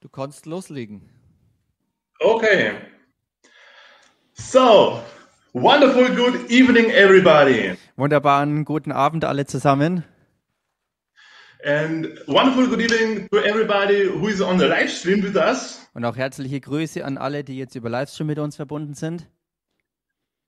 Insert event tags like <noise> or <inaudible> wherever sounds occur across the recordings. Du kannst loslegen. Okay. So, wonderful good evening, everybody. Wunderbaren guten Abend alle zusammen. And wonderful good evening to everybody who is on the live stream with us. Und auch herzliche Grüße an alle, die jetzt über Livestream mit uns verbunden sind.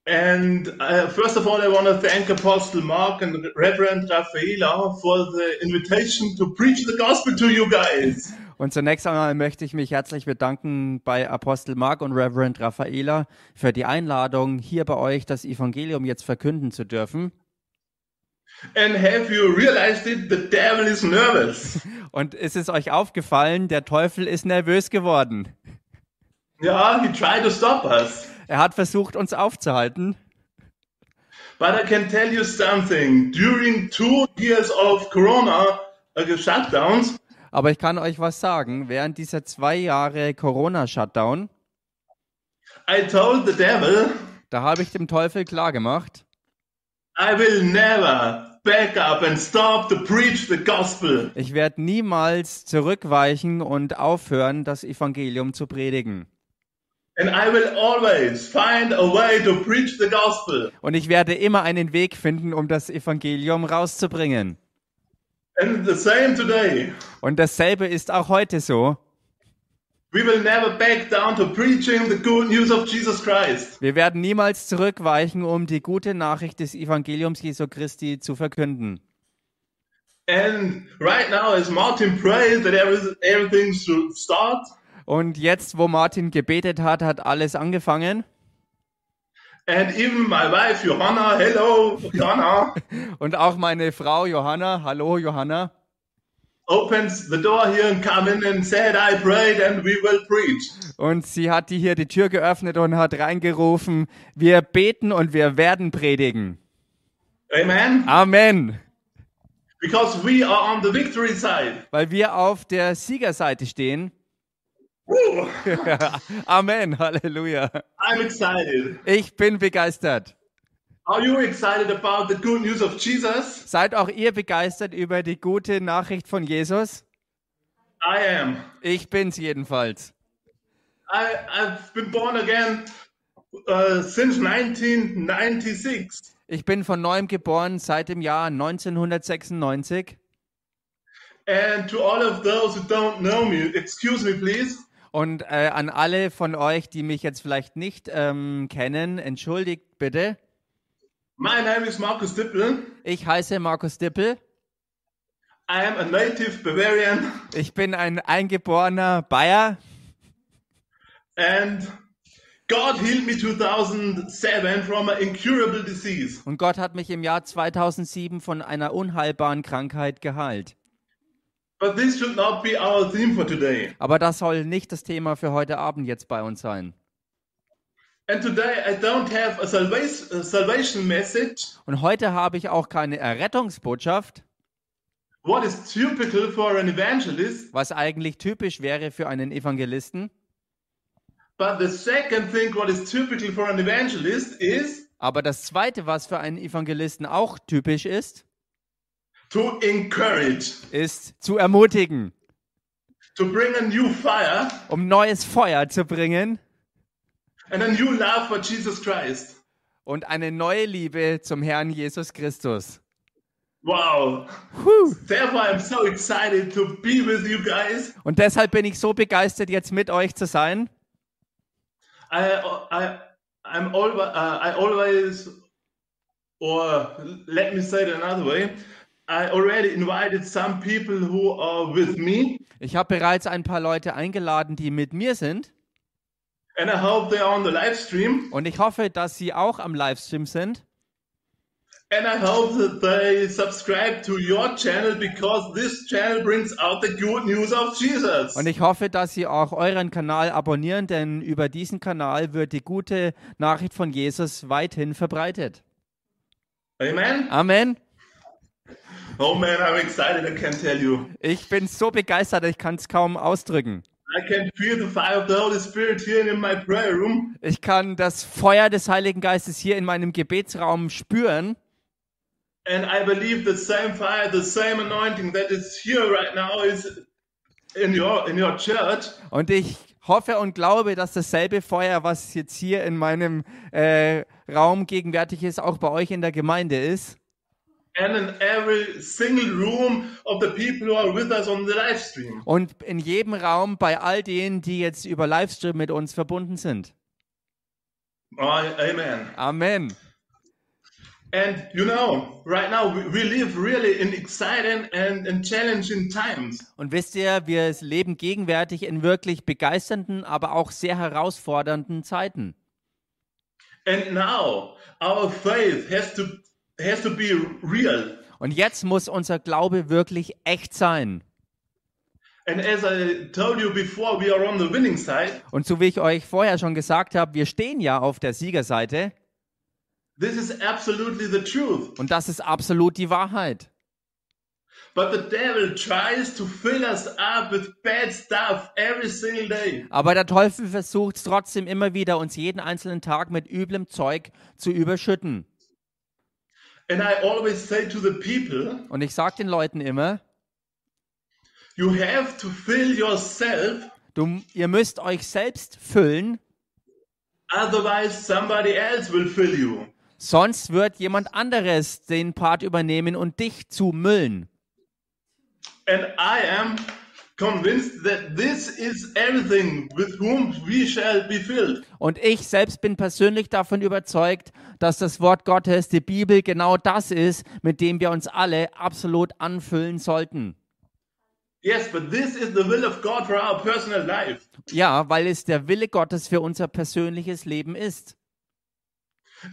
And uh, first of all, I want to thank Apostle Mark and Reverend Rafaela for the invitation to preach the gospel to you guys. Und zunächst einmal möchte ich mich herzlich bedanken bei Apostel Mark und Reverend Raffaela für die Einladung, hier bei euch das Evangelium jetzt verkünden zu dürfen. And have you realized it? The devil is nervous. Und ist es euch aufgefallen, der Teufel ist nervös geworden. Yeah, he tried to stop us. Er hat versucht, uns aufzuhalten. But I can tell you something. During two years of Corona uh, shutdowns, Aber ich kann euch was sagen. Während dieser zwei Jahre Corona-Shutdown, I told the devil, da habe ich dem Teufel klargemacht, I will never back up and stop to preach the gospel. ich werde niemals zurückweichen und aufhören, das Evangelium zu predigen. And I will always find a way to preach the gospel. Und ich werde immer einen Weg finden, um das Evangelium rauszubringen. And the same today. Und dasselbe ist auch heute so. We will never back down to preaching the good news of Jesus Christ. Wir werden niemals zurückweichen, um die gute Nachricht des Evangeliums Jesu Christi zu verkünden. And right now, as Martin prays that every- everything should start, Und jetzt, wo Martin gebetet hat, hat alles angefangen. and even my wife, Johanna, hello, Johanna, Und auch meine Frau Johanna, hallo Johanna, opens the door here and come in and said, I prayed and we will preach. und sie hat die hier die Tür geöffnet und hat reingerufen, wir beten und wir werden predigen. Amen? Amen. Because we are on the victory side. Weil wir auf der Siegerseite stehen. <laughs> Woo! Amen. Halleluja. I'm excited. Ich bin begeistert. Are you excited about the good news of Jesus? Seid auch ihr begeistert über die gute Nachricht von Jesus? I am. Ich bin's jedenfalls. I, I've been born again uh, since 1996. Ich bin von neuem geboren seit dem Jahr 1996. And to all of those who don't know me, excuse me, please. Und äh, an alle von euch, die mich jetzt vielleicht nicht ähm, kennen, entschuldigt bitte. My name is Markus Dippel. Ich heiße Markus Dippel. I am a native Bavarian. Ich bin ein eingeborener Bayer And God healed me 2007 from an incurable disease. und Gott hat mich im Jahr 2007 von einer unheilbaren Krankheit geheilt. But this should not be our theme for today. Aber das soll nicht das Thema für heute Abend jetzt bei uns sein. And today I don't have a salvation, a salvation message, Und heute habe ich auch keine Errettungsbotschaft, what is typical for an evangelist. was eigentlich typisch wäre für einen Evangelisten. But the second thing, what is typical for an evangelist, is Aber das Zweite, was für einen Evangelisten auch typisch ist, to encourage, ist zu ermutigen, to bring a new fire um neues Feuer zu bringen and a new love for Jesus Christ. und eine neue Liebe zum Herrn Jesus Christus. Wow. Puh. Therefore, I'm so excited to be with you guys. Und deshalb bin ich so begeistert, jetzt mit euch zu sein. I, I, I'm always, uh, I always, or let me say it another way, I already invited some people who are with me, Ich habe bereits ein paar Leute eingeladen, die mit mir sind. and I hope they are on the live stream, Und ich hoffe, dass sie auch am Livestream sind. and I hope that they subscribe to your channel because this channel brings out the good news of Jesus. Und ich hoffe, dass sie auch euren Kanal abonnieren, denn über diesen Kanal wird die gute Nachricht von Jesus weithin verbreitet. Amen. Amen. Oh man, I'm excited. I can tell you. Ich bin so begeistert, ich kann es kaum ausdrücken. I can feel the fire of the Holy Spirit here in my prayer room. Ich kann das Feuer des Heiligen Geistes hier in meinem Gebetsraum spüren. And I believe the same fire, the same anointing that is here right now is in your in your church Und ich hoffe und glaube, dass dasselbe Feuer, was jetzt hier in meinem äh, Raum gegenwärtig ist, auch bei euch in der Gemeinde ist. and in every single room of the people who are with us on the live stream Und in jedem Raum bei all denen, die jetzt über Livestream mit uns verbunden sind. I- amen Amen. and you know right now we, we live really in exciting and, and challenging times Und wisst ihr, wir leben gegenwärtig in wirklich begeisternden, aber auch sehr herausfordernden Zeiten. and now our faith has to has to be real Und jetzt muss unser Glaube wirklich echt sein. and as i told you before we are on the winning side Und so wie ich euch vorher schon gesagt habe, wir stehen ja auf der Siegerseite this is absolutely the truth und das ist absolut die Wahrheit. But the devil tries to fill us up with bad stuff every single day. Aber der Teufel versucht es trotzdem immer wieder, uns jeden einzelnen Tag mit üblem Zeug zu überschütten. And I always say to the people, Und ich sage den Leuten immer, you have to fill yourself, du, ihr müsst euch selbst füllen, otherwise somebody else will fill you. sonst wird jemand anderes den Part übernehmen und dich zu müllen. And I am convinced that this is everything with whom we shall be filled. Und ich selbst bin persönlich davon überzeugt, dass das Wort Gottes, die Bibel, genau das ist, mit dem wir uns alle absolut anfüllen sollten. Yes, but this is the will of God for our personal life. Ja, weil es der Wille Gottes für unser persönliches Leben ist.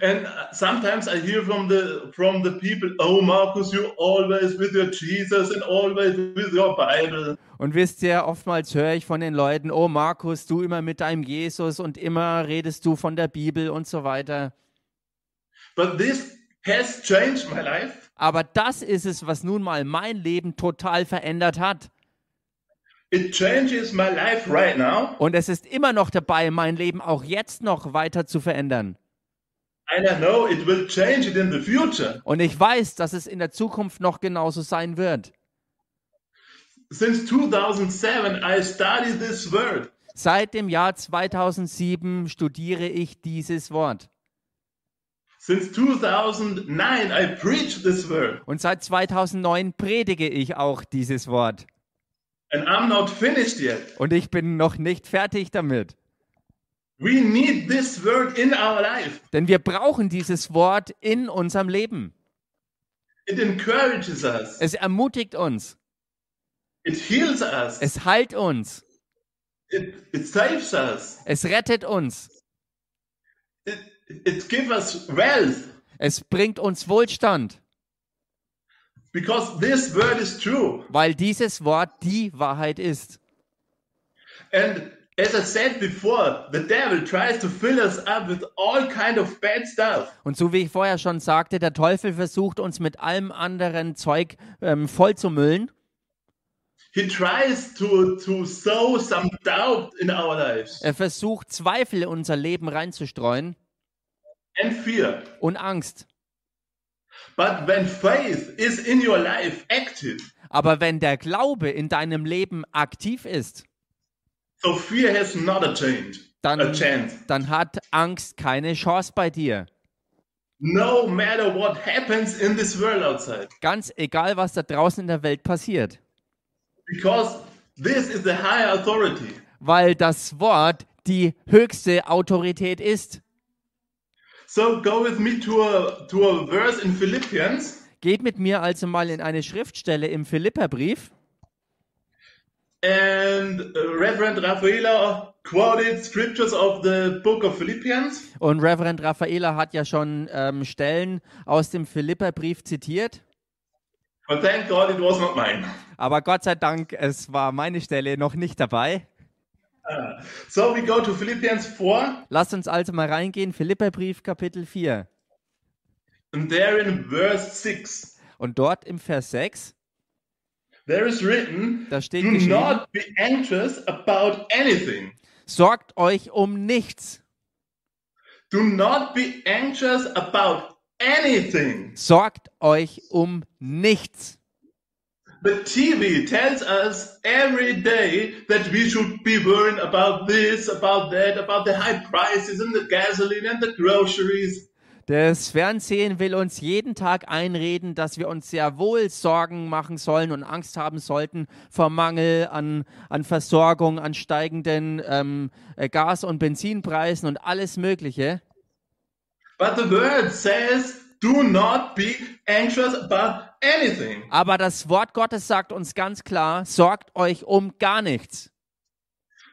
And uh, sometimes I hear from the from the people, "Oh, Marcus, you always with your Jesus and always with your Bible." Und wisst ihr, oftmals höre ich von den Leuten, oh Markus, du immer mit deinem Jesus und immer redest du von der Bibel und so weiter. But this has changed my life. Aber das ist es, was nun mal mein Leben total verändert hat. It changes my life right now. Und es ist immer noch dabei, mein Leben auch jetzt noch weiter zu verändern. And I know it will change it in the future. Und ich weiß, dass es in der Zukunft noch genauso sein wird. Since 2007, I study this word. Seit dem Jahr 2007 studiere ich dieses Wort. Since 2009, I preach this word. Und seit 2009 predige ich auch dieses Wort. And I'm not finished yet. Und ich bin noch nicht fertig damit. We need this word in our life. Denn wir brauchen dieses Wort in unserem Leben. It encourages us, Es ermutigt uns. it heals us, Es heilt uns. it, it saves us, Es rettet uns. it, it gives us wealth Es bringt uns Wohlstand. because this word is true. Weil dieses Wort die Wahrheit ist. And as I said before, the devil tries to fill us up with all kind of bad stuff. Und so wie ich vorher schon sagte, der Teufel versucht uns mit allem anderen Zeug ähm, vollzumüllen. He tries to to sow some doubt in our lives Er versucht Zweifel in unser Leben reinzustreuen and fear. und Angst. But when faith is in your life active, Aber wenn der Glaube in deinem Leben aktiv ist, so fear has not a change, a dann, chance. dann hat Angst keine Chance bei dir. No matter what happens in this world outside, Ganz egal, was da draußen in der Welt passiert. because this is the higher authority. Weil das Wort die höchste Autorität ist. So go with me to a to a verse in Philippians Geht mit mir also mal in eine Schriftstelle im Philipperbrief. And uh, Reverend Raffaella quoted scriptures of the book of Philippians. Und Reverend Raffaela hat ja schon ähm, Stellen aus dem Philipperbrief zitiert. But thank God it was not mine. Aber Gott sei Dank, es war meine Stelle noch nicht dabei. So we go to Philippians 4, Lasst uns also mal reingehen, Philipperbrief Kapitel 4. and there in verse 6, Und dort im Vers 6, there is written, da steht Do geschrieben, not be anxious about anything. sorgt euch um nichts. Do not be anxious about anything, Sorgt euch um nichts. The TV tells us every day that we should be worrying about this, about that, about the high prices and the gasoline and the groceries. Das Fernsehen will uns jeden Tag einreden, dass wir uns sehr wohl Sorgen machen sollen und Angst haben sollten vor Mangel an, an Versorgung, an steigenden ähm, äh, Gas- und Benzinpreisen und alles Mögliche. But the word says, do not be anxious about anything. Aber das Wort Gottes sagt uns ganz klar, sorgt euch um gar nichts.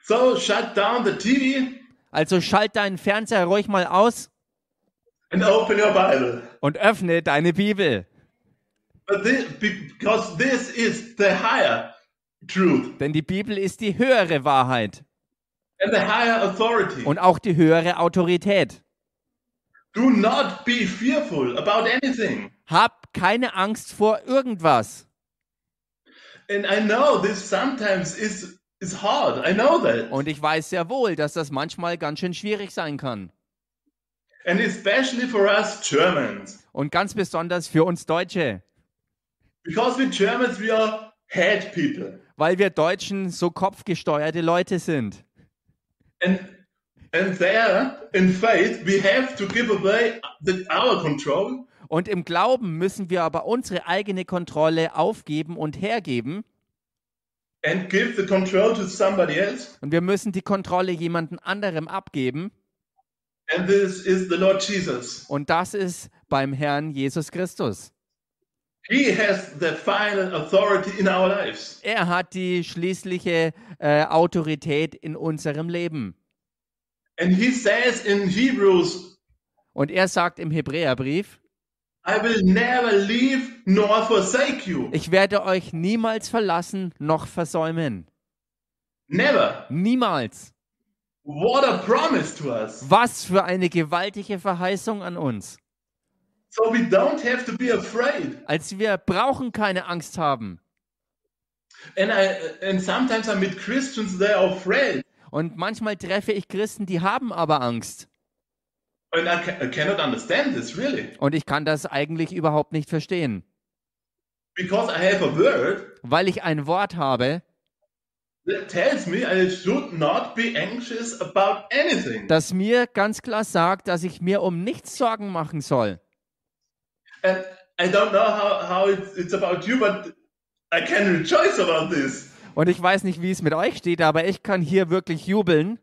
So shut down the TV Also schalt deinen Fernseher ruhig mal aus and open your Bible. und öffne deine Bibel. But this, because this is the higher truth Denn die Bibel ist die höhere Wahrheit and the higher authority. und auch die höhere Autorität. Do not be fearful about anything. Hab keine Angst vor irgendwas. And I know this sometimes is is hard. I know that. Und ich weiß sehr wohl, dass das manchmal ganz schön schwierig sein kann. And especially for us Germans. Und ganz besonders für uns Deutsche, Because we Germans we are head people. weil wir Deutschen so kopfgesteuerte Leute sind. And and there in faith we have to give away the, our control Und im Glauben müssen wir aber unsere eigene Kontrolle aufgeben und hergeben. and give the control to somebody else. Und wir müssen die Kontrolle jemanden anderem abgeben. And this is the Lord Jesus. Und das ist beim Herrn Jesus Christus. He has the final authority in our lives. Er hat die schließliche äh, Autorität in unserem Leben. And he says in Hebrews, Und er sagt im Hebräerbrief, I will never leave nor forsake you. ich werde euch niemals verlassen noch versäumen. Never. Niemals. What a promise to us. Was für eine gewaltige Verheißung an uns. So we don't have to be afraid. Als wir brauchen keine Angst haben. And I and sometimes I meet Christians they are afraid. Und manchmal treffe ich Christen, die haben aber Angst. And I, ca- I cannot understand this really. Und ich kann das eigentlich überhaupt nicht verstehen. Because I have a word Weil ich ein Wort habe, that tells me I should not be anxious about anything. das mir ganz klar sagt, dass ich mir um nichts Sorgen machen soll. And I don't know how, how it's, it's about you, but I can rejoice about this. Und ich weiß nicht, wie es mit euch steht, aber ich kann hier wirklich jubeln.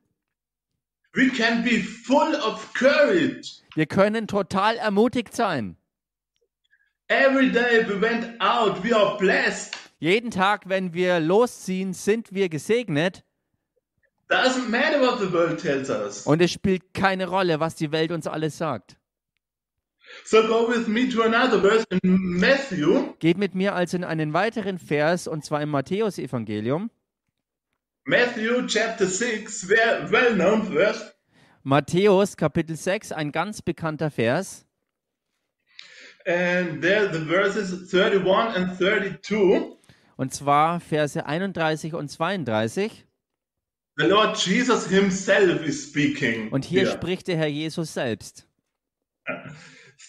We can be full of courage. Wir können total ermutigt sein. Every day we went out, we are blessed. Jeden Tag, wenn wir losziehen, sind wir gesegnet. Doesn't matter what the world tells us. Und es spielt keine Rolle, was die Welt uns alles sagt. So go with me to another verse in Matthew, Geht mit mir also in einen weiteren Vers, und zwar im Matthäusevangelium. Matthew chapter 6, very well known verse. Matthäus Kapitel 6, ein ganz bekannter Vers. And there the verses 31 and 32. Und zwar Verse 31 und 32. The Lord Jesus himself is speaking. Und hier here. spricht der Herr Jesus selbst.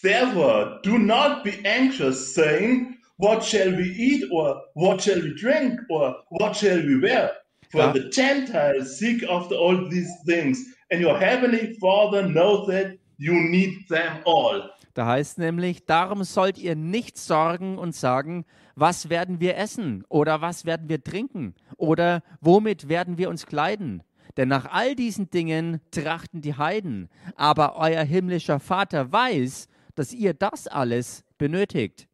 Therefore, do not be anxious, saying, What shall we eat, or what shall we drink, or what shall we wear? For Ja. the Gentiles seek after all these things, and your heavenly Father knows that you need them all. Da heißt nämlich, darum sollt ihr nicht sorgen und sagen, was werden wir essen oder was werden wir trinken oder womit werden wir uns kleiden. Denn nach all diesen Dingen trachten die Heiden, aber euer himmlischer Vater weiß, dass ihr das alles benötigt.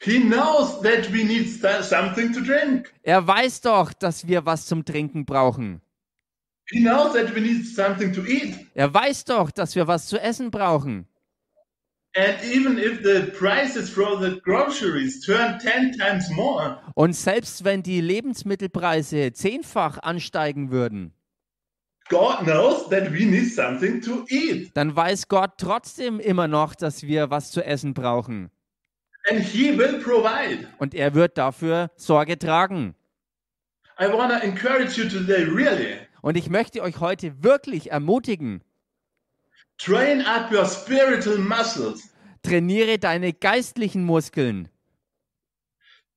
He knows that we need st- something to drink. Er weiß doch, dass wir was zum Trinken brauchen. He knows that we need something to eat. Er weiß doch, dass wir was zu essen brauchen. And even if the prices for the groceries turn 10 times more, Und selbst wenn die Lebensmittelpreise zehnfach ansteigen würden, God knows that we need something to eat. dann weiß Gott trotzdem immer noch, dass wir was zu essen brauchen. And He will provide. Und er wird dafür Sorge tragen. I want to encourage you today, really. Und ich möchte euch heute wirklich ermutigen, Train up your spiritual muscles. trainiere deine geistlichen Muskeln.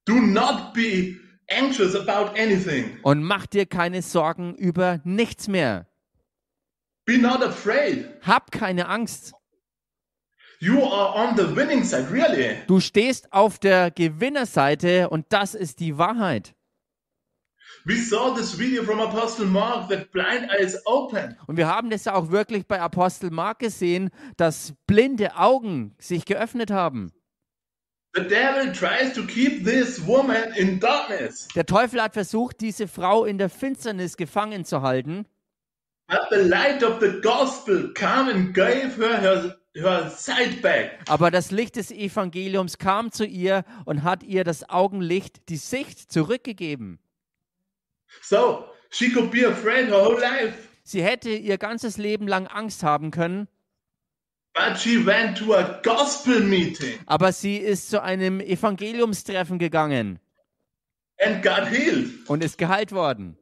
Do not be anxious about anything. Und mach dir keine Sorgen über nichts mehr. Be not afraid. Hab keine Angst. You are on the winning side, really. Du stehst auf der Gewinnerseite und das ist die Wahrheit. We saw this video from Apostle Mark that blind eyes open. Und wir haben das ja auch wirklich bei Apostel Mark gesehen, dass blinde Augen sich geöffnet haben. The devil tries to keep this woman in darkness, Der Teufel hat versucht, diese Frau in der Finsternis gefangen zu halten, but the light of the gospel came and gave her her, her sight back. aber das Licht des Evangeliums kam zu ihr und hat ihr das Augenlicht, die Sicht zurückgegeben. So she could be afraid her whole life, Sie hätte ihr ganzes Leben lang Angst haben können, but she went to a gospel meeting aber sie ist zu einem Evangeliumstreffen gegangen and got healed. und ist geheilt worden.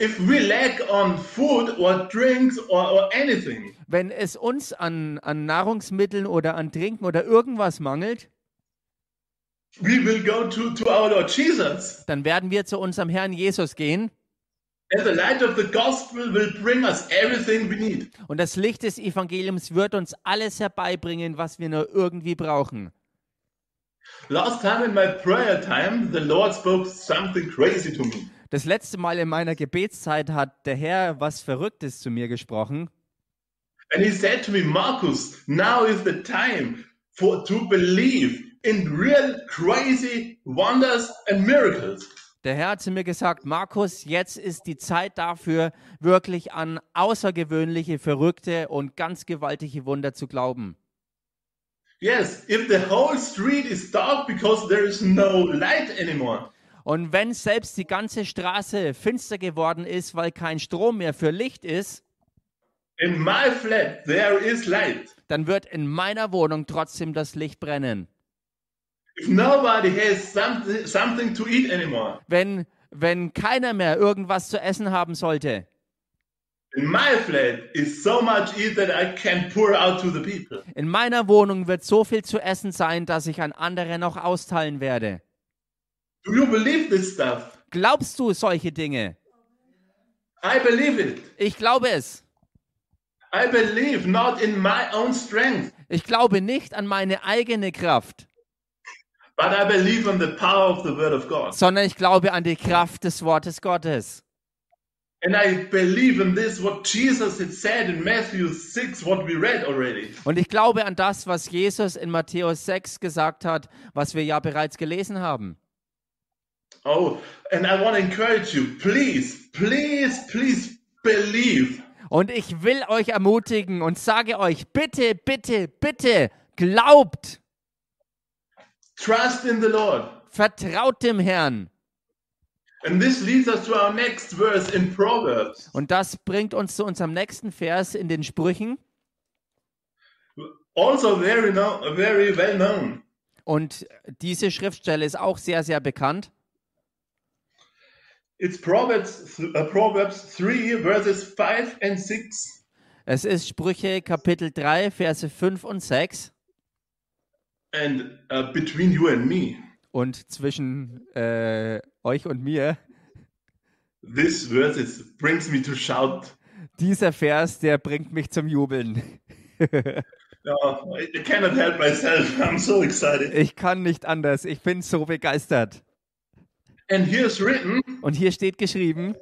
If we lack on food or drinks or, or anything, Wenn es uns an, an Nahrungsmitteln oder an Trinken oder irgendwas mangelt, we will go to, to our Lord Jesus. dann werden wir zu unserem Herrn Jesus gehen And the light of the gospel will bring us everything we need. und das Licht des Evangeliums wird uns alles herbeibringen, was wir nur irgendwie brauchen. Last time in my prayer time, the Lord spoke something crazy to me. Das letzte Mal in meiner Gebetszeit hat der Herr was Verrücktes zu mir gesprochen And he said to me, Marcus, now is the time for to believe in real crazy wonders and miracles. Der Herr hat zu mir gesagt, Markus, jetzt ist die Zeit dafür, wirklich an außergewöhnliche, verrückte und ganz gewaltige Wunder zu glauben. Yes, if the whole street is dark because there is no light anymore, Und wenn selbst die ganze Straße finster geworden ist, weil kein Strom mehr für Licht ist, in my flat there is light. dann wird in meiner Wohnung trotzdem das Licht brennen. If nobody has something something to eat anymore, Wenn, wenn keiner mehr irgendwas zu essen haben sollte, in my flat is so much eat that I can pour out to the people. in meiner Wohnung wird so viel zu essen sein, dass ich an andere noch austeilen werde. Do you believe this stuff? Glaubst du solche Dinge? I believe it. Ich glaube es. I believe not in my own strength, Ich glaube nicht an meine eigene Kraft, but I believe in the power of the Word of God. sondern ich glaube an die Kraft des Wortes Gottes. And I believe in this, what Jesus had said in Matthew 6, what we read already. Und ich glaube an das, was Jesus in Matthäus 6 gesagt hat, was wir ja bereits gelesen haben. Oh, and I want to encourage you, please, please, please believe. Und ich will euch ermutigen und sage euch, bitte, bitte, bitte, glaubt, Trust in the Lord. vertraut dem Herrn. And this leads us to our next verse in Proverbs. Und das bringt uns zu unserem nächsten Vers in den Sprüchen Also very, no- very well known. und diese Schriftstelle ist auch sehr, sehr bekannt. It's Proverbs, th- uh, Proverbs 3, verses 5 and 6. Es ist Sprüche Kapitel 3, Verse 5 und 6. And uh, between you and me, Und zwischen äh, euch und mir, this verse is, brings me to shout. dieser Vers, der bringt mich zum Jubeln. No, Oh, I I cannot help myself. <laughs> I'm so excited. Ich kann nicht anders. Ich bin so begeistert. And here's written Und hier steht geschrieben,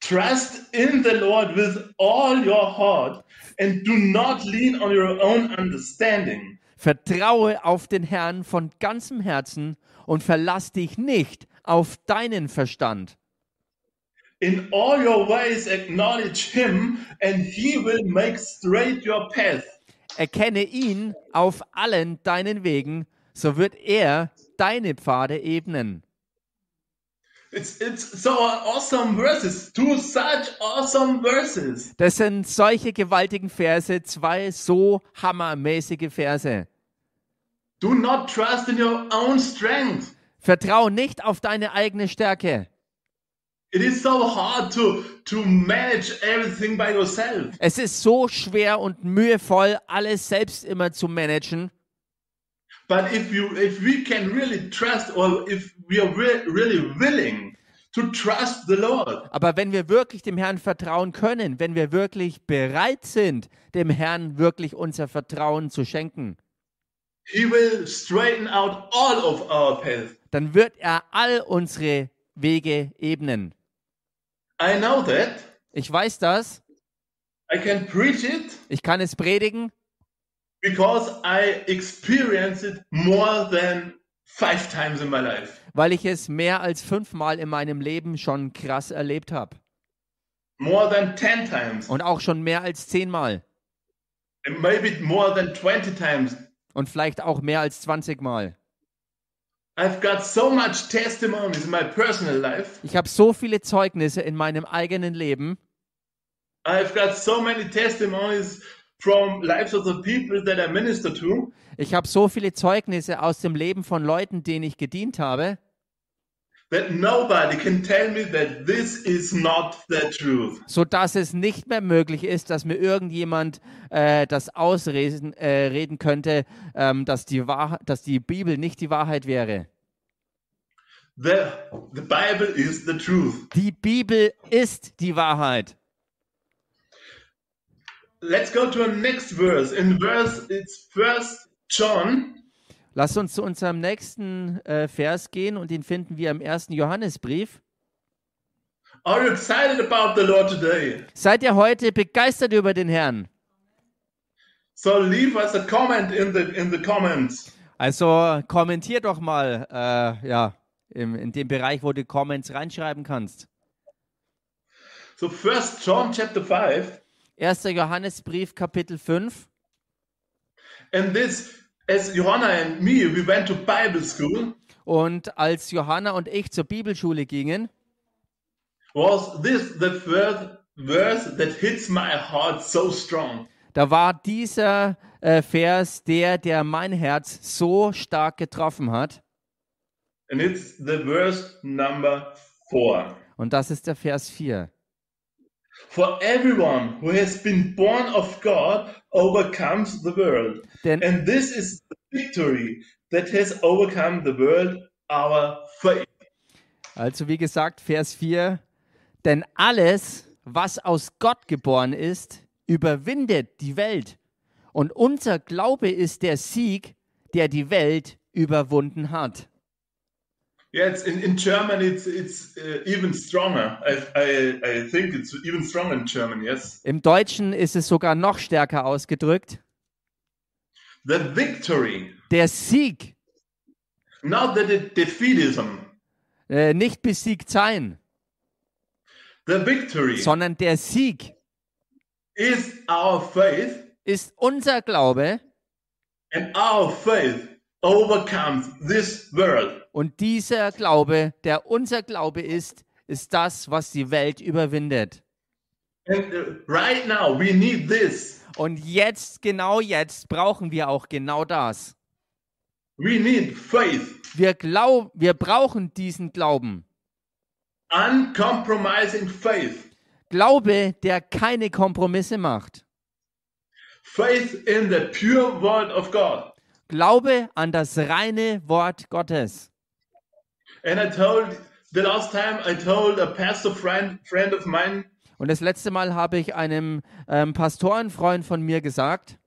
Trust in the Lord with all your heart and do not lean on your own understanding. vertraue auf den Herrn von ganzem Herzen und verlass dich nicht auf deinen Verstand. In all your ways, acknowledge him, and he will make straight your path. Erkenne ihn auf allen deinen Wegen, so wird er deine Pfade ebnen. It's, it's so awesome verses. Two such awesome verses. Das sind solche gewaltigen Verse, zwei so hammermäßige Verse. Do not trust in your own strength. Vertrau nicht auf deine eigene Stärke. It is so hard to, to manage everything by yourself. Es ist so schwer und mühevoll, alles selbst immer zu managen. But if you, if we can really trust, or if we are re really willing to trust the Lord, Aber wenn wir wirklich dem Herrn vertrauen können, wenn wir wirklich bereit sind, dem Herrn wirklich unser Vertrauen zu schenken, He will straighten out all of our paths. dann wird er all unsere Wege ebnen. I know that. Ich weiß das, I can preach it ich kann es predigen, because I experience it more than five times in my life. weil ich es mehr als fünfmal in meinem Leben schon krass erlebt habe. More than 10 times. Und auch schon mehr als zehnmal. And maybe more than 20 times. Und vielleicht auch mehr als 20 Mal. I've got so much testimonies in my personal life. Ich habe so viele Zeugnisse in meinem eigenen Leben. I've got so many testimonies from lives of the people that I minister to. Ich habe so viele Zeugnisse aus dem Leben von Leuten, denen ich gedient habe, that nobody can tell me that this is not the truth. sodass es nicht mehr möglich ist, dass mir irgendjemand äh, das ausreden äh, reden könnte, ähm, dass, die Wahrheit, dass die Bibel nicht die Wahrheit wäre. The, the Bible is the truth. Die Bibel ist die Wahrheit. Let's go to our next verse. In verse, it's First John. Lass uns zu unserem nächsten äh, Vers gehen und den finden wir im ersten Johannesbrief. Are you excited about the Lord today? Seid ihr heute begeistert über den Herrn? So leave us a comment in the in the comments. Also kommentier doch mal, äh, ja, im, in dem Bereich, wo du Comments reinschreiben kannst. So First John chapter five, 1. Johannesbrief, Kapitel 5. and this as Johanna and me, we went to Bible school. Und als Johanna und ich zur Bibelschule gingen, Was this the third verse that hits my heart so strong? da war dieser äh, Vers der, der mein Herz so stark getroffen hat. And it's the verse number four. Und das ist der Vers 4. For everyone who has been born of God overcomes the world. Denn, And this is the victory that has overcome the world, our faith. also wie gesagt, Vers 4. Denn alles, was aus Gott geboren ist, überwindet die Welt. Und unser Glaube ist der Sieg, der die Welt überwunden hat. Yeah, it's in, in German, it's it's uh, even stronger. I, I, I think it's even stronger in German, yes. Im Deutschen ist es sogar noch stärker ausgedrückt. The victory, Der Sieg, not the de- defeatism, äh, nicht besiegt sein, the victory sondern der Sieg is our faith, ist unser Glaube and our faith overcomes this world. und dieser Glaube, der unser Glaube ist, ist das, was die Welt überwindet. And uh, right now, we need this. Und jetzt, genau jetzt, brauchen wir auch genau das. We need faith, Wir, glaub, wir brauchen diesen Glauben. uncompromising faith, Glaube, der keine Kompromisse macht. faith in the pure word of God. Glaube an das reine Wort Gottes. And I told the last time I told a pastor friend friend of mine Und das letzte Mal habe ich einem ähm, Pastorenfreund von mir gesagt,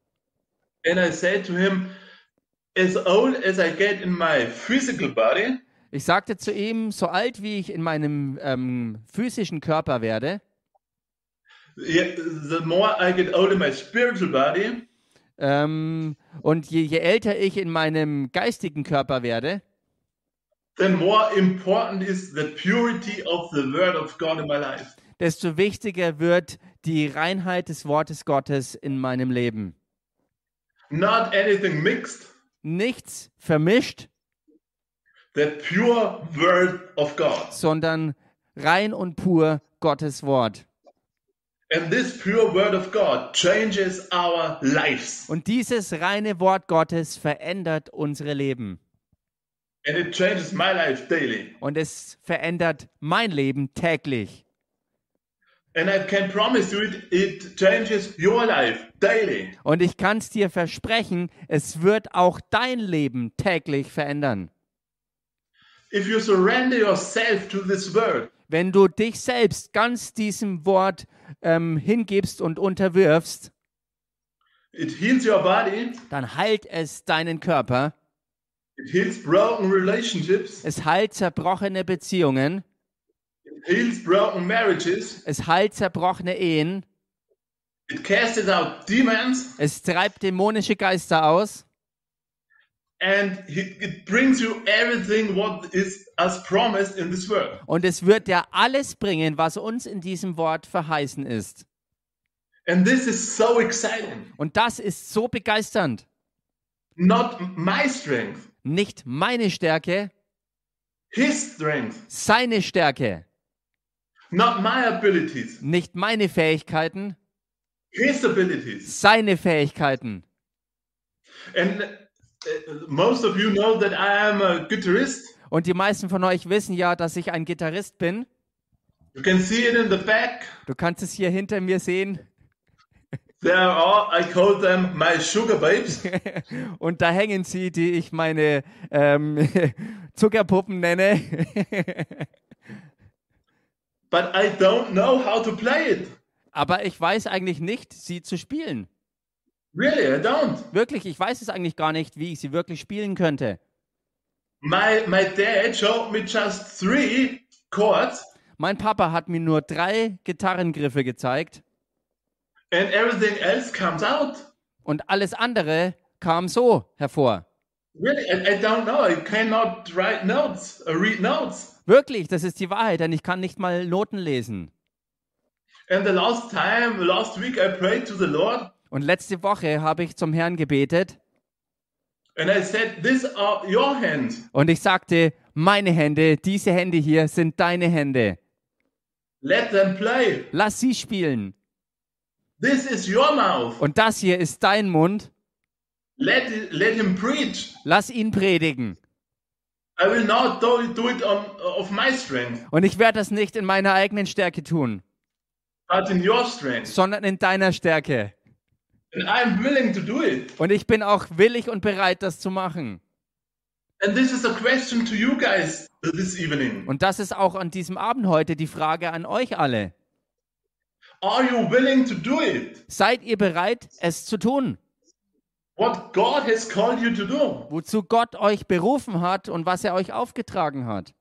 And I said to him, as old as I get in my physical body, ich sagte zu ihm, so alt wie ich in meinem ähm, physischen Körper werde, yeah, the more I get old in my spiritual body, ähm, und je, je älter ich in meinem geistigen Körper werde, the more important is the purity of the word of God in my life. desto wichtiger wird die Reinheit des Wortes Gottes in meinem Leben. Not anything mixed, Nichts vermischt, the pure word of God. sondern rein und pur Gottes Wort. And this pure word of God changes our lives. Und dieses reine Wort Gottes verändert unsere Leben. And it changes my life daily. Und es verändert mein Leben täglich. And I can promise you, it, it changes your life daily. Und ich kann es dir versprechen, es wird auch dein Leben täglich verändern. If you surrender yourself to this word, Wenn du dich selbst ganz diesem Wort ähm, hingibst und unterwirfst, it heals your body, dann heilt es deinen Körper, it heals broken relationships, es heilt zerbrochene Beziehungen, it heals broken marriages, es heilt zerbrochene Ehen, it casts out demons, es treibt dämonische Geister aus and it, it brings you everything what is as promised in this word. und es wird dir alles bringen, was uns in diesem Wort verheißen ist. And this is so exciting. Und das ist so begeisternd. Not my strength, Nicht meine Stärke, his strength, seine Stärke, not my abilities, nicht meine Fähigkeiten, his abilities. seine Fähigkeiten. And uh, most of you know that I am a guitarist. Und die meisten von euch wissen ja, dass ich ein Gitarrist bin. You can see it in the back. Du kannst es hier hinter mir sehen. There are, I call them my sugar babes. Und da hängen sie, die ich meine ähm, <laughs> Zuckerpuppen nenne. <laughs> but I don't know how to play it. Aber ich weiß eigentlich nicht, sie zu spielen. Really, I don't. Wirklich, ich weiß es eigentlich gar nicht, wie ich sie wirklich spielen könnte. My my dad showed me just three chords, Mein Papa hat mir nur drei Gitarrengriffe gezeigt and everything else comes out. und alles andere kam so hervor. Really, I, I don't know. I cannot write notes, uh, read notes. Wirklich, das ist die Wahrheit, denn ich kann nicht mal Noten lesen. And the last time, last week, I prayed to the Lord, Und letzte Woche habe ich zum Herrn gebetet and I said, "These are your hands. und ich sagte, meine Hände, diese Hände hier sind deine Hände. Let them play. Lass sie spielen. This is your mouth. Und das hier ist dein Mund. Let it, let him preach. Lass ihn predigen. I will not do, do it on of my strength, Und ich werde das nicht in meiner eigenen Stärke tun, but in your strength. sondern in deiner Stärke. And I'm willing to do it. Und ich bin auch willig und bereit, das zu machen. And this is a question to you guys this evening. Und das ist auch an diesem Abend heute die Frage an euch alle. Are you willing to do it? Seid ihr bereit, es zu tun? What God has called you to do? Wozu Gott euch berufen hat und was er euch aufgetragen hat?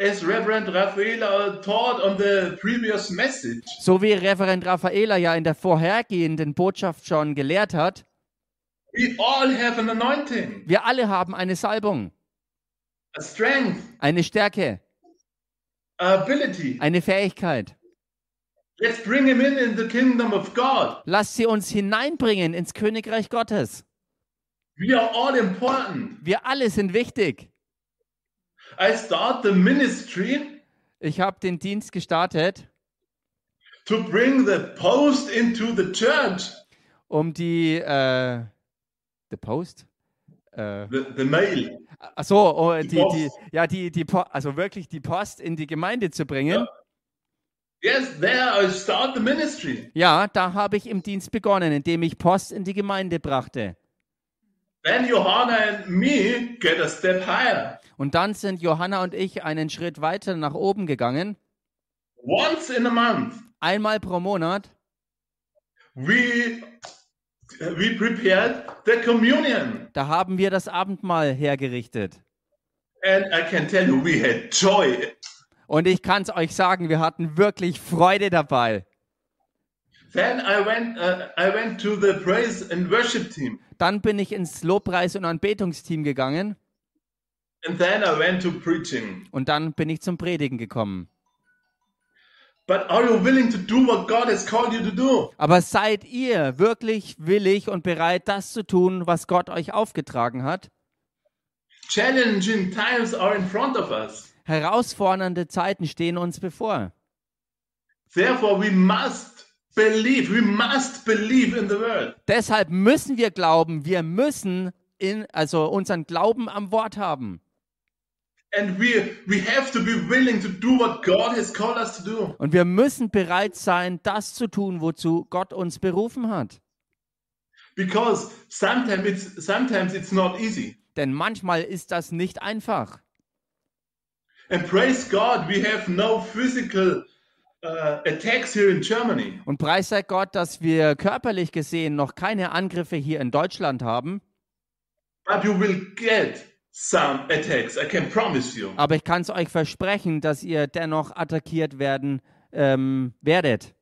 As Reverend Rafaela taught on the previous message, So wie Reverend Raffaela ja in der vorhergehenden Botschaft schon gelehrt hat, we all have an anointing, wir alle haben eine Salbung, a strength, eine Stärke, a ability. eine Fähigkeit. Let's bring him in in the kingdom of God. Lasst sie uns hineinbringen ins Königreich Gottes. We are all important. Wir alle sind wichtig. I start the ministry Ich habe den Dienst gestartet, to bring the post into the church, um die äh, The Post. Äh, the, the mail. ach so, oh, die, Post. die, ja, die, die, Po- also wirklich die Post in die Gemeinde zu bringen. Yes, there I start the ministry. Ja, da habe ich im Dienst begonnen, indem ich Post in die Gemeinde brachte. Then Johanna and me get a step higher. Und dann sind Johanna und ich einen Schritt weiter nach oben gegangen. Once in a month, Einmal pro Monat we we prepared the communion Da haben wir das Abendmahl hergerichtet. and i can tell you we had joy Und ich kann es euch sagen, wir hatten wirklich Freude dabei. then i went uh, i went to the praise and worship team Dann bin ich ins Lobpreis- und Anbetungsteam gegangen and then i went to preaching und dann bin ich zum Predigen gekommen. but are you willing to do what god has called you to do Aber seid ihr wirklich willig und bereit, das zu tun, was Gott euch aufgetragen hat? challenging times are in front of us Herausfordernde Zeiten stehen uns bevor. therefore we must believe we must believe in the word Deshalb müssen wir glauben, wir müssen in, also unseren Glauben am Wort haben. And we we have to be willing to do what God has called us to do. Und wir müssen bereit sein, das zu tun, wozu Gott uns berufen hat. Because sometimes it's sometimes it's not easy. Denn manchmal ist das nicht einfach. And praise God, we have no physical uh, attacks here in Germany. Und preis sei Gott, dass wir körperlich gesehen noch keine Angriffe hier in Deutschland haben. But you will get some attacks, I can promise you. Aber ich kann es euch versprechen, dass ihr dennoch attackiert werden ähm, werdet.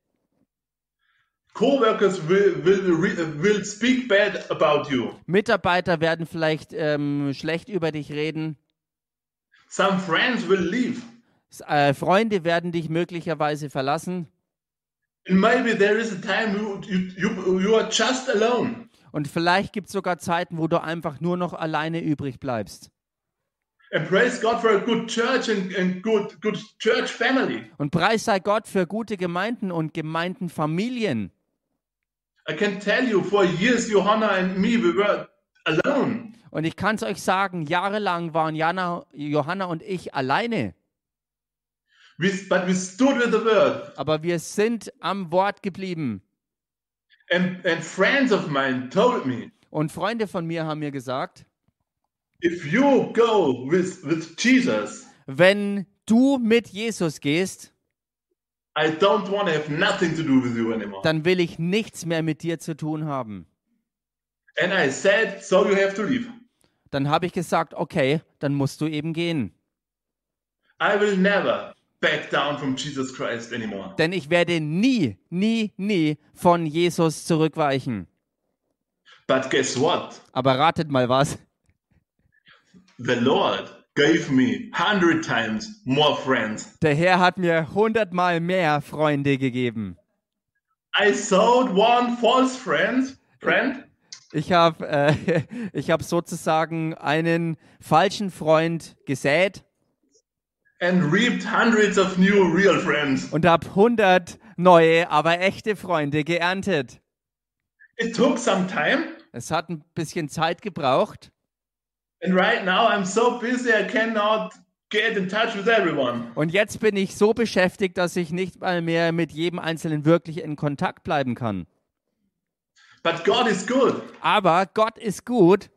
Co-workers will will re- will speak bad about you. Mitarbeiter werden vielleicht ähm, schlecht über dich reden. Some friends will leave. S- Äh, Freunde werden dich möglicherweise verlassen. And maybe there is a time you you you, you are just alone. Und vielleicht gibt es sogar Zeiten, wo du einfach nur noch alleine übrig bleibst. And praise God for a good church and, and good good church family. Und preis sei Gott für gute Gemeinden und Gemeindenfamilien. I can tell you, for years, Johanna and me, we were alone. Und ich kann es euch sagen, jahrelang waren Jana, Johanna und ich alleine. We, but we stood with the word. Aber wir sind am Wort geblieben. And, and friends of mine told me, Und Freunde von mir haben mir gesagt, if you go with, with Jesus, wenn du mit Jesus gehst, I don't want to have nothing to do with you anymore. dann will ich nichts mehr mit dir zu tun haben. And I said, so you have to leave. Dann habe ich gesagt, okay, dann musst du eben gehen. I will never back down from Jesus Christ anymore. Denn ich werde nie, nie, nie von Jesus zurückweichen. But guess what? Aber ratet mal was. The Lord gave me hundred times more friends. Der Herr hat mir hundertmal mehr Freunde gegeben. I sold one false friend, friend, Ich habe äh, <laughs> ich hab sozusagen einen falschen Freund gesät and reaped hundreds of new real friends. und habe 100 neue, aber echte Freunde geerntet. It took some time, Es hat ein bisschen Zeit gebraucht and right now I'm so busy I cannot get in touch with everyone. und jetzt bin ich so beschäftigt, dass ich nicht mal mehr mit jedem Einzelnen wirklich in Kontakt bleiben kann. But God is good. Aber Gott ist gut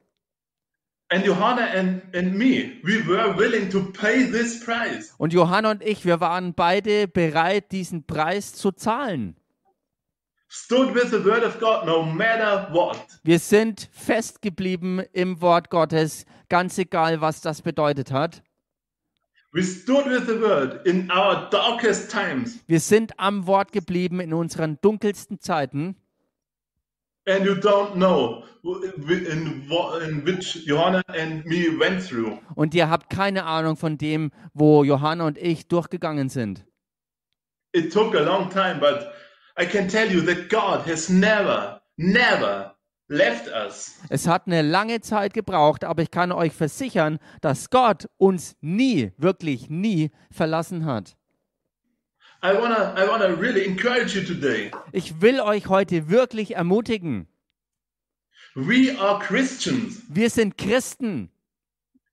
And Johanna and, and me, we were willing to pay this price. und Johanna und ich, wir waren beide bereit, diesen Preis zu zahlen. Stood with the word of God no matter what. Wir sind festgeblieben im Wort Gottes, ganz egal, was das bedeutet hat. We stood with the word in our darkest times. Wir sind am Wort geblieben in unseren dunkelsten Zeiten. And you don't know wh- wh- in, wha- in which Johanna and me went through. Und ihr habt keine Ahnung von dem, wo Johanna und ich durchgegangen sind. it took a long time, but I can tell you that God has never, never left us. Es hat eine lange Zeit gebraucht, aber ich kann euch versichern, dass Gott uns nie, wirklich nie verlassen hat. I wanna, I wanna really encourage you today. Ich will euch heute wirklich ermutigen. We are Christians, Wir sind Christen,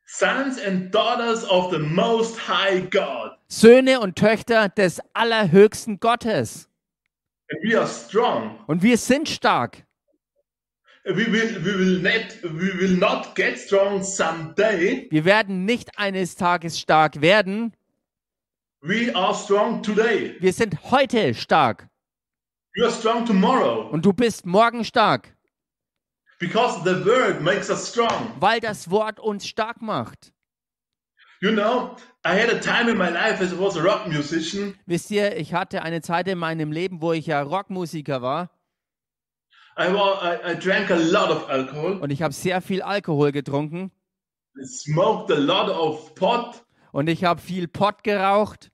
sons and daughters of the Most High God, Söhne und Töchter des allerhöchsten Gottes. and we are strong. Und wir sind stark. We will, we will not, we will not get strong someday. Wir werden nicht eines Tages stark werden. We are strong today. Wir sind heute stark. You are strong tomorrow Und du bist morgen stark, because the Word makes us strong. weil das Wort uns stark macht. You know, I had a time in my life as I was a rock musician. Wisst ihr, ich hatte eine Zeit in meinem Leben, wo ich ja Rockmusiker war I, wa- I, I drank a lot of alcohol. und ich habe sehr viel Alkohol getrunken I smoked a lot of pot, und ich habe viel Pott geraucht,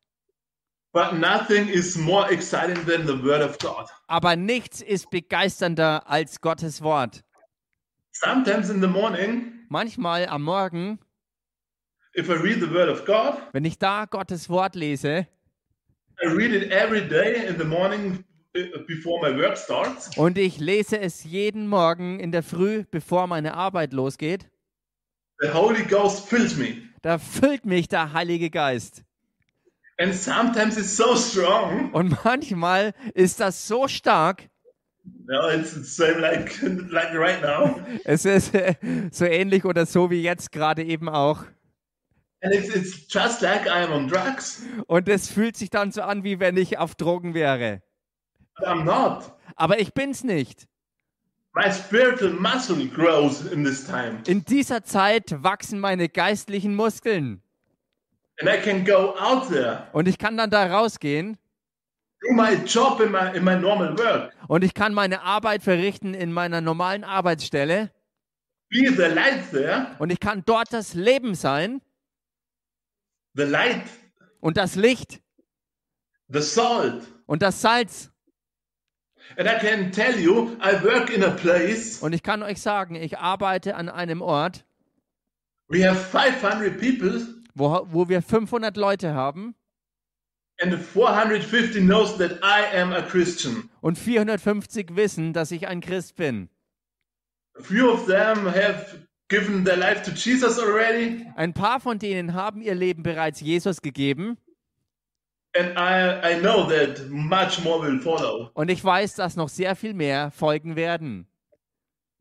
but nothing is more exciting than the Word of God. aber nichts ist begeisternder als Gottes Wort. Sometimes in the morning, Manchmal am Morgen, if I read the Word of God, wenn ich da Gottes Wort lese I read it every day in the morning uh, before my work starts. und ich lese es jeden Morgen in der Früh, bevor meine Arbeit losgeht, The Holy Ghost fills me. Da füllt mich der Heilige Geist. And sometimes it's so strong. Und <laughs> manchmal ist das so stark, No, it's the same like <laughs> like right now. es ist äh, so ähnlich oder so wie jetzt gerade eben auch. And it's, it's just like I'm on drugs. Und es fühlt sich dann so an, wie wenn ich auf Drogen wäre. But I'm not. Aber ich bin's nicht. My spiritual muscle grows in this time. In dieser Zeit wachsen meine geistlichen Muskeln. And I can go out there, Und ich kann dann da rausgehen do my job in my in my normal work, und ich kann meine Arbeit verrichten in meiner normalen Arbeitsstelle. be the light there, Und ich kann dort das Leben sein the light, und das Licht the salt. und das Salz. And I can tell you, I work in a place. Und ich kann euch sagen, ich arbeite an einem Ort, We have 500 people, wo, wo wir 500 Leute haben and 450 knows that I am a Christian. und 450 wissen, dass ich ein Christ bin. A few of them have given their life to Jesus already, Ein paar von denen haben ihr Leben bereits Jesus gegeben and I, I know that much more will follow. und ich weiß, dass noch sehr viel mehr folgen werden.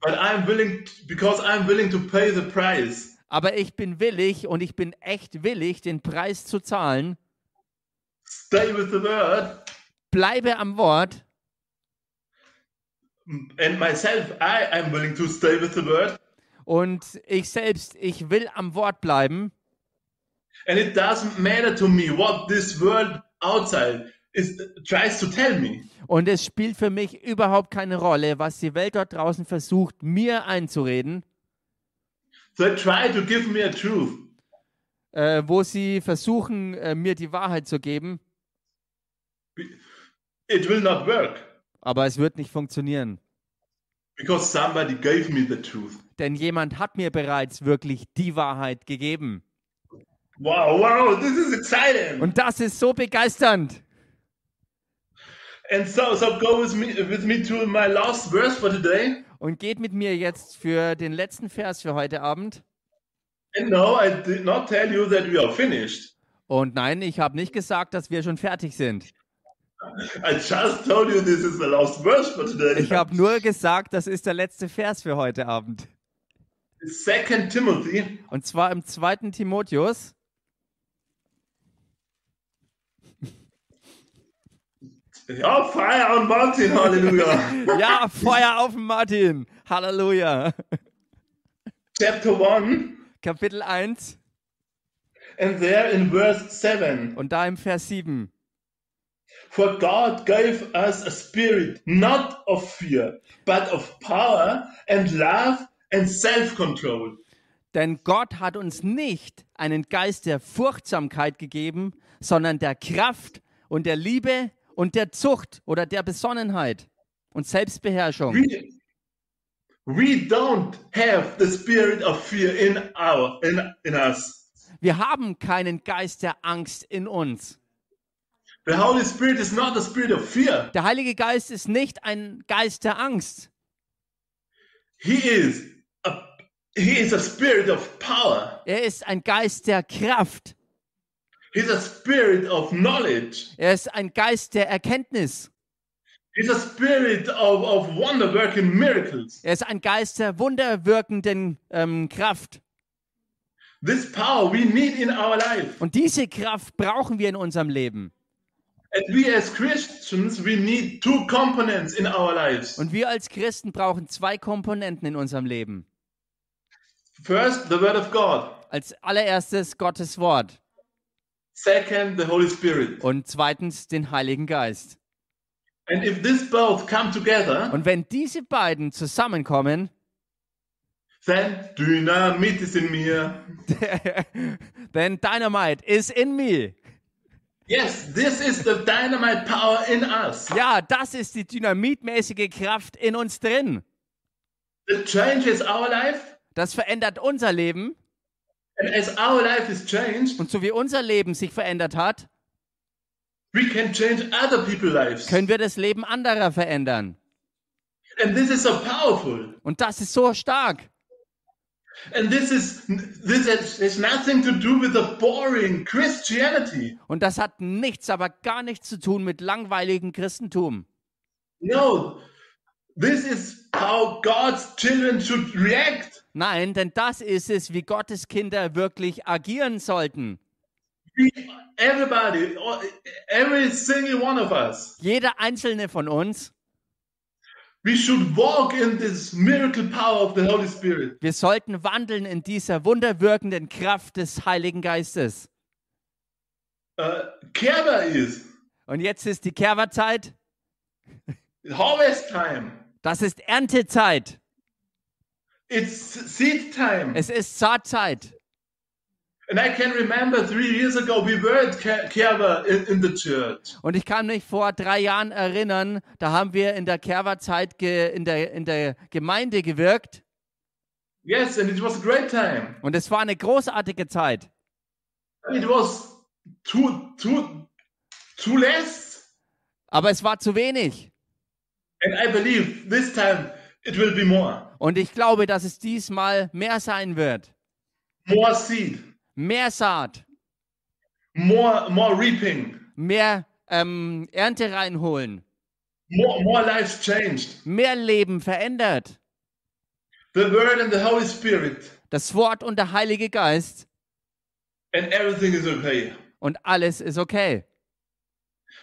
But I'm willing, because I'm willing to pay the price. Aber ich bin willig und ich bin echt willig, den Preis zu zahlen. Stay with the word, Bleibe am Wort and myself, I am willing to stay with the word. und ich selbst, ich will am Wort bleiben. And it doesn't matter to me what this world outside is tries to tell me. Und es spielt für mich überhaupt keine Rolle, was die Welt dort draußen versucht, mir einzureden, They try to give me a truth. äh, wo sie versuchen, äh, mir die Wahrheit zu geben, It will not work aber es wird nicht funktionieren. because somebody gave me the truth. Denn jemand hat mir bereits wirklich die Wahrheit gegeben. Wow, wow, this is exciting. Und das ist so begeisternd. And so, so go with me with me to my last verse for today. Und geht mit mir jetzt für den letzten Vers für heute Abend. And no, I did not tell you that we are finished. Und nein, ich habe nicht gesagt, dass wir schon fertig sind. I just told you this is the last verse for today. Ich habe nur gesagt, das ist der letzte Vers für heute Abend. Second Timothy Und zwar im zweiten Timotheus. Oh, fire on mountain, hallelujah. Ja, Feuer auf den Martin. Halleluja. Chapter 1, Kapitel 1 and there in verse 7. und da im Vers 7. For God gave us a spirit not of fear, but of power and love and self control. Denn Gott hat uns nicht einen Geist der Furchtsamkeit gegeben, sondern der Kraft und der Liebe und der Zucht oder der Besonnenheit und Selbstbeherrschung. We, we don't have the spirit of fear in, our, in, in us. Wir haben keinen Geist der Angst in uns. The Holy Spirit is not the spirit of fear, Der Heilige Geist ist nicht ein Geist der Angst. He is a, he is a spirit of power, Er ist ein Geist der Kraft. He's a spirit of knowledge. Er ist ein Geist der Erkenntnis. It's a spirit of, of wonder working miracles. Er ist ein Geist der wunderwirkenden ähm, Kraft. This power we need in our life. Und diese Kraft brauchen wir in unserem Leben. And we as Christians, we need two components in our lives. Und wir als Christen brauchen zwei Komponenten in unserem Leben. First, the Word of God. Als allererstes Gottes Wort Second, the Holy Spirit. und zweitens den Heiligen Geist. And if these both come together, Und wenn diese beiden zusammenkommen, <laughs> then Dynamit is in me. then Dynamite is in me. Yes, this is the dynamite power in us Ja, das ist die dynamitmäßige Kraft in uns drin. that changes our life. Das verändert unser Leben. And as our life is changed, Und so wie unser Leben sich verändert hat, we can change other people's lives. können wir das Leben anderer verändern. And this is so powerful. Und das ist so stark. And this is this has, has nothing to do with the boring Christianity. Und das hat nichts, aber gar nichts zu tun mit langweiligem Christentum. No, this is how God's children should react. Nein, denn das ist es, wie Gottes Kinder wirklich agieren sollten. Everybody, all- every single one of us, Jeder einzelne von uns, we should walk in this miracle power of the Holy Spirit. wir sollten wandeln in dieser wunderwirkenden Kraft des Heiligen Geistes. Uh, Kerber is Und jetzt ist die Kerberzeit, harvest time. das ist Erntezeit, It's seed time. es ist Saatzeit. And I can remember three years ago we were at Ke- Kerber in, in the church. Und ich kann mich vor drei Jahren erinnern, da haben wir in der Kerberzeit ge in, der, in der Gemeinde gewirkt Yes, and it was a great time. und es war eine großartige Zeit. It was too too too less. Aber es war zu wenig. And I believe this time it will be more. Und ich glaube, dass es diesmal mehr sein wird. More seed. Mehr Saat, More more reaping. mehr ähm, Ernte reinholen, More more lives changed. mehr Leben verändert. The word and the Holy Spirit. Das Wort und der Heilige Geist And everything is okay. und alles ist okay.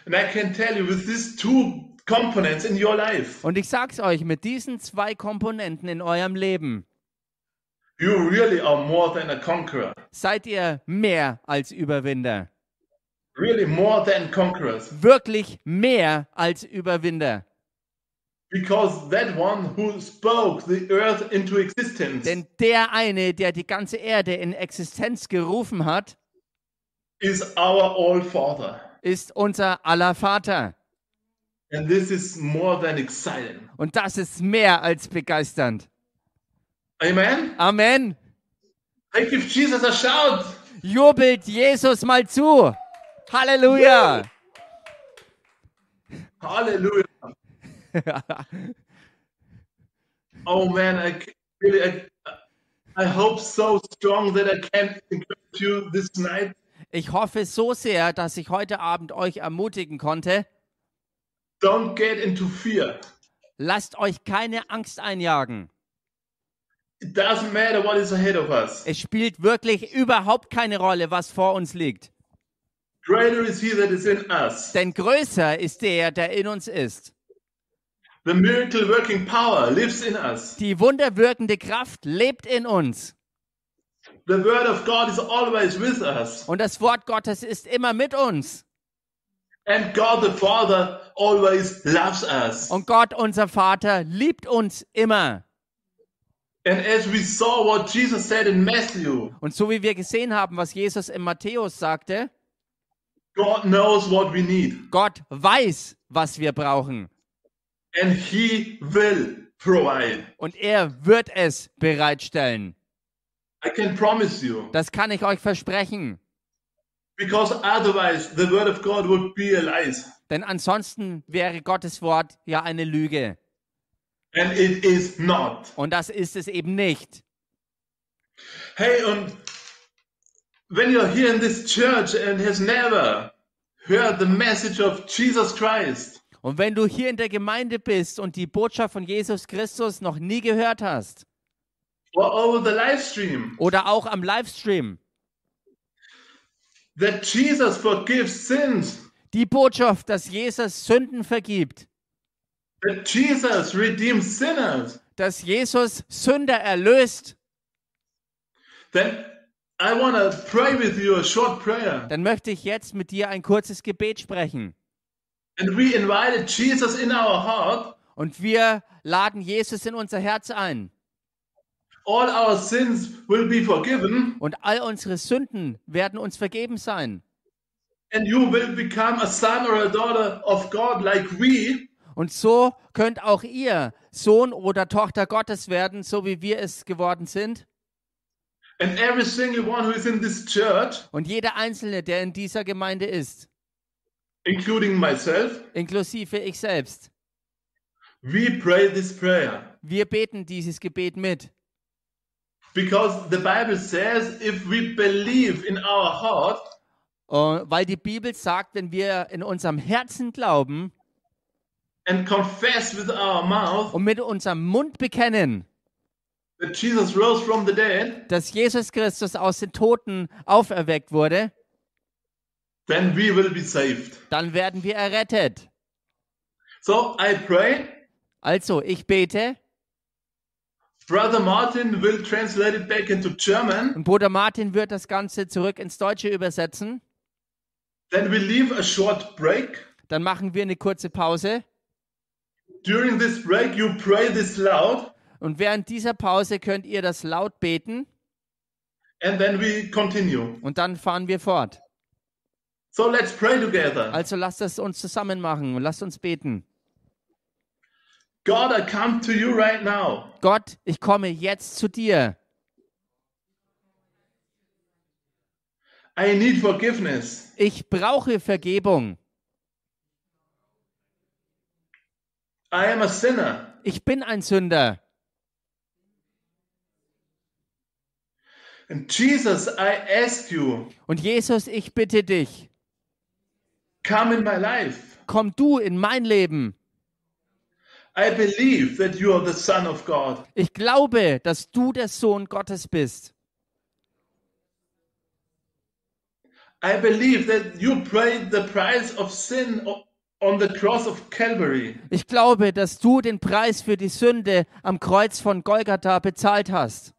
And I can tell you with these two components in your life, Und ich sag's euch, mit diesen zwei Komponenten in eurem Leben you really are more than a conqueror. seid ihr mehr als Überwinder. Really more than conquerors. Wirklich mehr als Überwinder. Because that one who spoke the earth into existence Denn der eine, der die ganze Erde in Existenz gerufen hat, is our all father. ist unser aller Vater. And this is more than exciting. Und das ist mehr als begeisternd. Amen. Amen. I give Jesus a shout. Jubelt Jesus mal zu. Halleluja. Hallelujah. Oh man, I c- really, I, I hope so strong that I can encourage you this night <laughs> Ich hoffe so sehr, dass ich heute Abend euch ermutigen konnte. Don't get into fear. Lasst euch keine Angst einjagen. It doesn't matter what is ahead of us. Es spielt wirklich überhaupt keine Rolle, was vor uns liegt. Greater is He that is in us. Denn größer ist der, der in uns ist. The miracle working power lives in us. Die wunderwirkende Kraft lebt in uns. The Word of God is always with us. Und das Wort Gottes ist immer mit uns. And God the Father always loves us. Und Gott, unser Vater, liebt uns immer. And as we saw what Jesus said in Matthew, Und so wie wir gesehen haben, was Jesus in Matthäus sagte, God knows what we need. Gott weiß, was wir brauchen. And He will provide. Und er wird es bereitstellen. I can promise you. Das kann ich euch versprechen. Because otherwise, the Word of God would be a lie. Denn ansonsten wäre Gottes Wort ja eine Lüge. And it is not. Und das ist es eben nicht. Hey, und when you're here in this church and has never heard the message of Jesus Christ, Und wenn du hier in der Gemeinde bist und die Botschaft von Jesus Christus noch nie gehört hast or over the live stream, oder auch am Livestream, that Jesus forgives sins, die Botschaft, dass Jesus Sünden vergibt, that Jesus redeems sinners, dass Jesus Sünder erlöst, then I want to pray with you a short prayer. dann möchte ich jetzt mit dir ein kurzes Gebet sprechen. And we invited Jesus in our heart. Und wir laden Jesus in unser Herz ein. All our sins will be forgiven, Und all unsere Sünden werden uns vergeben sein. and you will become a son or a daughter of God like we. Und so könnt auch ihr Sohn oder Tochter Gottes werden, so wie wir es geworden sind. And every single one who is in this church, Und jeder Einzelne, der in dieser Gemeinde ist, including myself, inklusive ich selbst, we pray this prayer. wir beten dieses Gebet mit. Because the Bible says if we believe in our heart, Äh, weil die Bibel sagt, wenn wir in unserem Herzen glauben and confess with our mouth und mit unserem Mund bekennen, that Jesus rose from the dead, dass Jesus Christus aus den Toten auferweckt wurde, then we will be saved. dann werden wir errettet. So I pray, Also, ich bete Brother Martin will translate it back into German. und Bruder Martin wird das Ganze zurück ins Deutsche übersetzen. Then we leave a short break. Dann machen wir eine kurze Pause During this break, you pray this loud, und während dieser Pause könnt ihr das laut beten and then we continue. und dann fahren wir fort. So let's pray together. Also lasst es uns zusammen machen und lasst uns beten. God, I come to you right now. Gott, ich komme jetzt zu dir. I need forgiveness. Ich brauche Vergebung. I am a sinner. Ich bin ein Sünder. And Jesus, I ask you, Und Jesus, ich bitte dich, come in my life. komm du in mein Leben. I believe that you are the Son of God. Ich glaube, dass du der Sohn Gottes bist. I believe that you paid the price of sin o- on the cross of Calvary. Ich glaube, dass du den Preis für die Sünde am Kreuz von Golgatha bezahlt hast.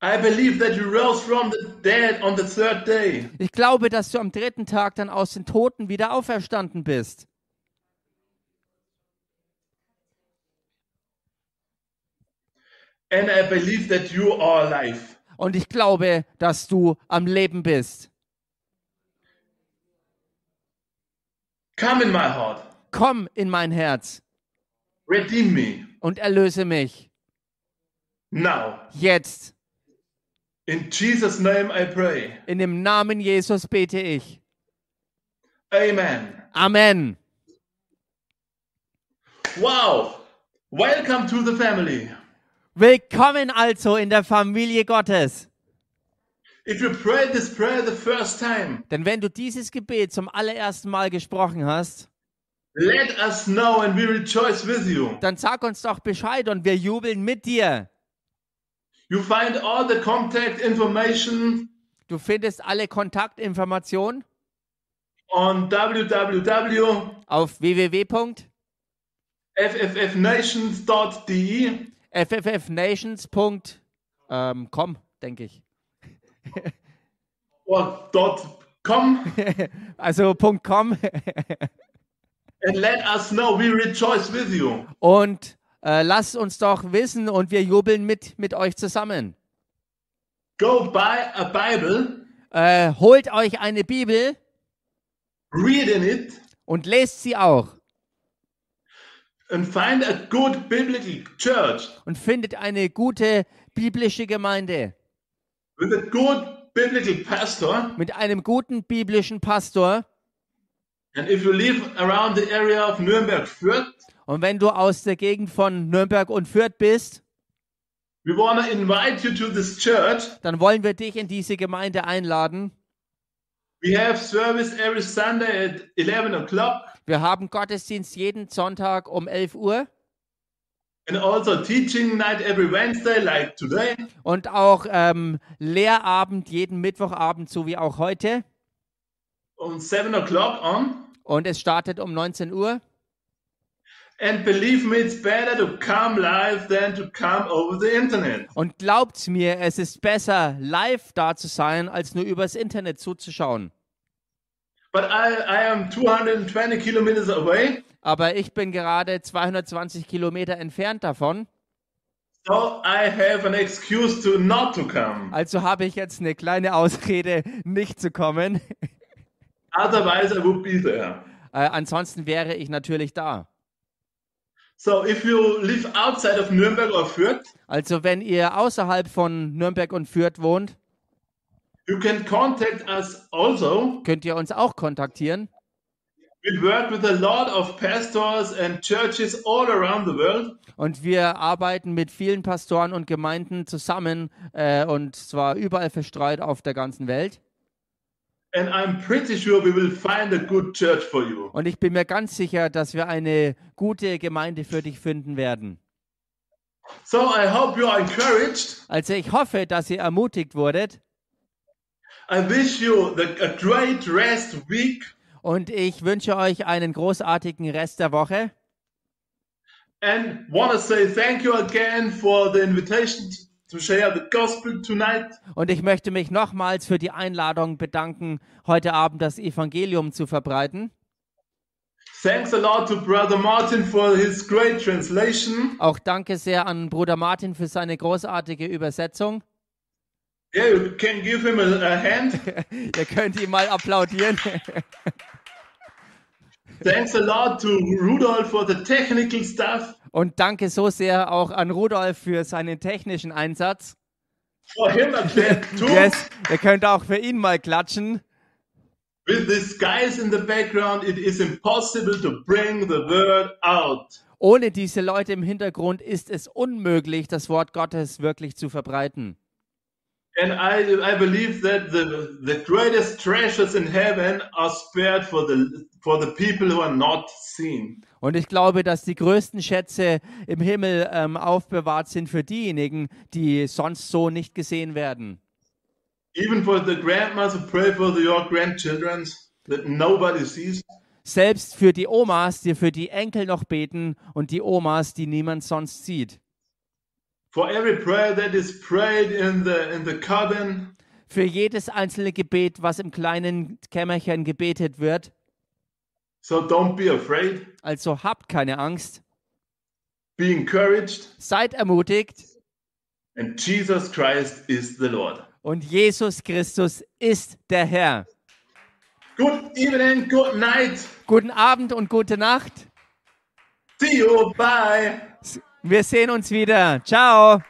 I believe that you rose from the dead on the third day. Ich glaube, dass du am dritten Tag dann aus den Toten wieder auferstanden bist. And I believe that you are alive. Und ich glaube, dass du am Leben bist. Come in my heart. Komm in mein Herz Redeem me und erlöse mich. now. Jetzt. In Jesus' name I pray. In dem Namen Jesus bete ich. Amen. Amen. Wow. Welcome to the family. Willkommen also in der Familie Gottes. If you prayed this prayer the first time, Denn wenn du dieses Gebet zum allerersten Mal gesprochen hast, let us know and we rejoice with you. dann sag uns doch Bescheid und wir jubeln mit dir. You find all the contact information Du findest alle Kontaktinformationen on auf www.fffnations.de, www.fffnations.de. ähm, com, denke ich. or dot .com Also Punkt .com <laughs> and let us know we rejoice with you. und äh, lasst uns doch wissen und wir jubeln mit, mit euch zusammen. Go buy a Bible, Äh, holt euch eine Bibel read in it, und lest sie auch and find a good biblical church und findet eine gute biblische Gemeinde with a good biblical pastor. mit einem guten biblischen Pastor. And if you live around the area of Nuremberg, Fürth, Und wenn du aus der Gegend von Nürnberg und Fürth bist, we want to invite you to this church. dann wollen wir dich in diese Gemeinde einladen. We have service every Sunday at 11 o'clock Wir haben Gottesdienst jeden Sonntag um 11 Uhr and also teaching night every Wednesday, like today. und auch ähm, Lehrabend jeden Mittwochabend, so wie auch heute. on 7 o'clock on. Und es startet um 19 Uhr. And believe me, it's better to come live than to come over the internet. Und glaubt's mir, es ist besser, live da zu sein, als nur übers Internet zuzuschauen. But I, I am 220 kilometers away, Aber ich bin gerade 220 Kilometer entfernt davon. so I have an excuse to not to come. Also habe ich jetzt eine kleine Ausrede, nicht zu kommen. Otherwise, I would be there. Äh, ansonsten wäre ich natürlich da. So if you live outside of Nuremberg or Fürth, Also wenn ihr außerhalb von Nürnberg und Fürth wohnt, you can contact us also. könnt ihr uns auch kontaktieren. We work with a lot of pastors and churches all around the world. Und wir arbeiten mit vielen Pastoren und Gemeinden zusammen äh, und zwar überall verstreut auf der ganzen Welt. And I'm pretty sure we will find a good church for you. Und ich bin mir ganz sicher, dass wir eine gute Gemeinde für dich finden werden. So I hope you are encouraged. Also ich hoffe, dass ihr ermutigt wurdet I wish you the, a great rest week. und ich wünsche euch einen großartigen Rest der Woche. And want to say thank you again for the invitation to share the gospel tonight. Und ich möchte mich nochmals für die Einladung bedanken, heute Abend das Evangelium zu verbreiten. Thanks a lot to Brother Martin for his great translation. Auch danke sehr an Bruder Martin für seine großartige Übersetzung. Yeah, you can give him a, a hand. Ihr könnt ihm mal applaudieren. Thanks a lot to Rudolf for the technical stuff, Und danke so sehr auch an Rudolf für seinen technischen Einsatz. for him a clap too. Yes, ihr könnt auch für ihn mal klatschen. With these guys in the background, it is impossible to bring the word out. Ohne diese Leute im Hintergrund ist es unmöglich, das Wort Gottes wirklich zu verbreiten. And I, I believe that the, the greatest treasures in heaven are spared for the, for the people who are not seen. Und ich glaube, dass die größten Schätze im Himmel ähm, aufbewahrt sind für diejenigen, die sonst so nicht gesehen werden. Even for the grandmas who pray for the, your grandchildren that nobody sees. Selbst für die Omas, die für die Enkel noch beten und die Omas, die niemand sonst sieht. For every prayer that is prayed in the, in the cabin, Für jedes einzelne Gebet, was im kleinen Kämmerchen gebetet wird. so don't be afraid. Also habt keine Angst, Be encouraged. seid ermutigt And Jesus Christ is the Lord. und Jesus Christus ist der Herr. Good evening, good night. Guten Abend und gute Nacht. See you. Bye. Wir sehen uns wieder. Ciao.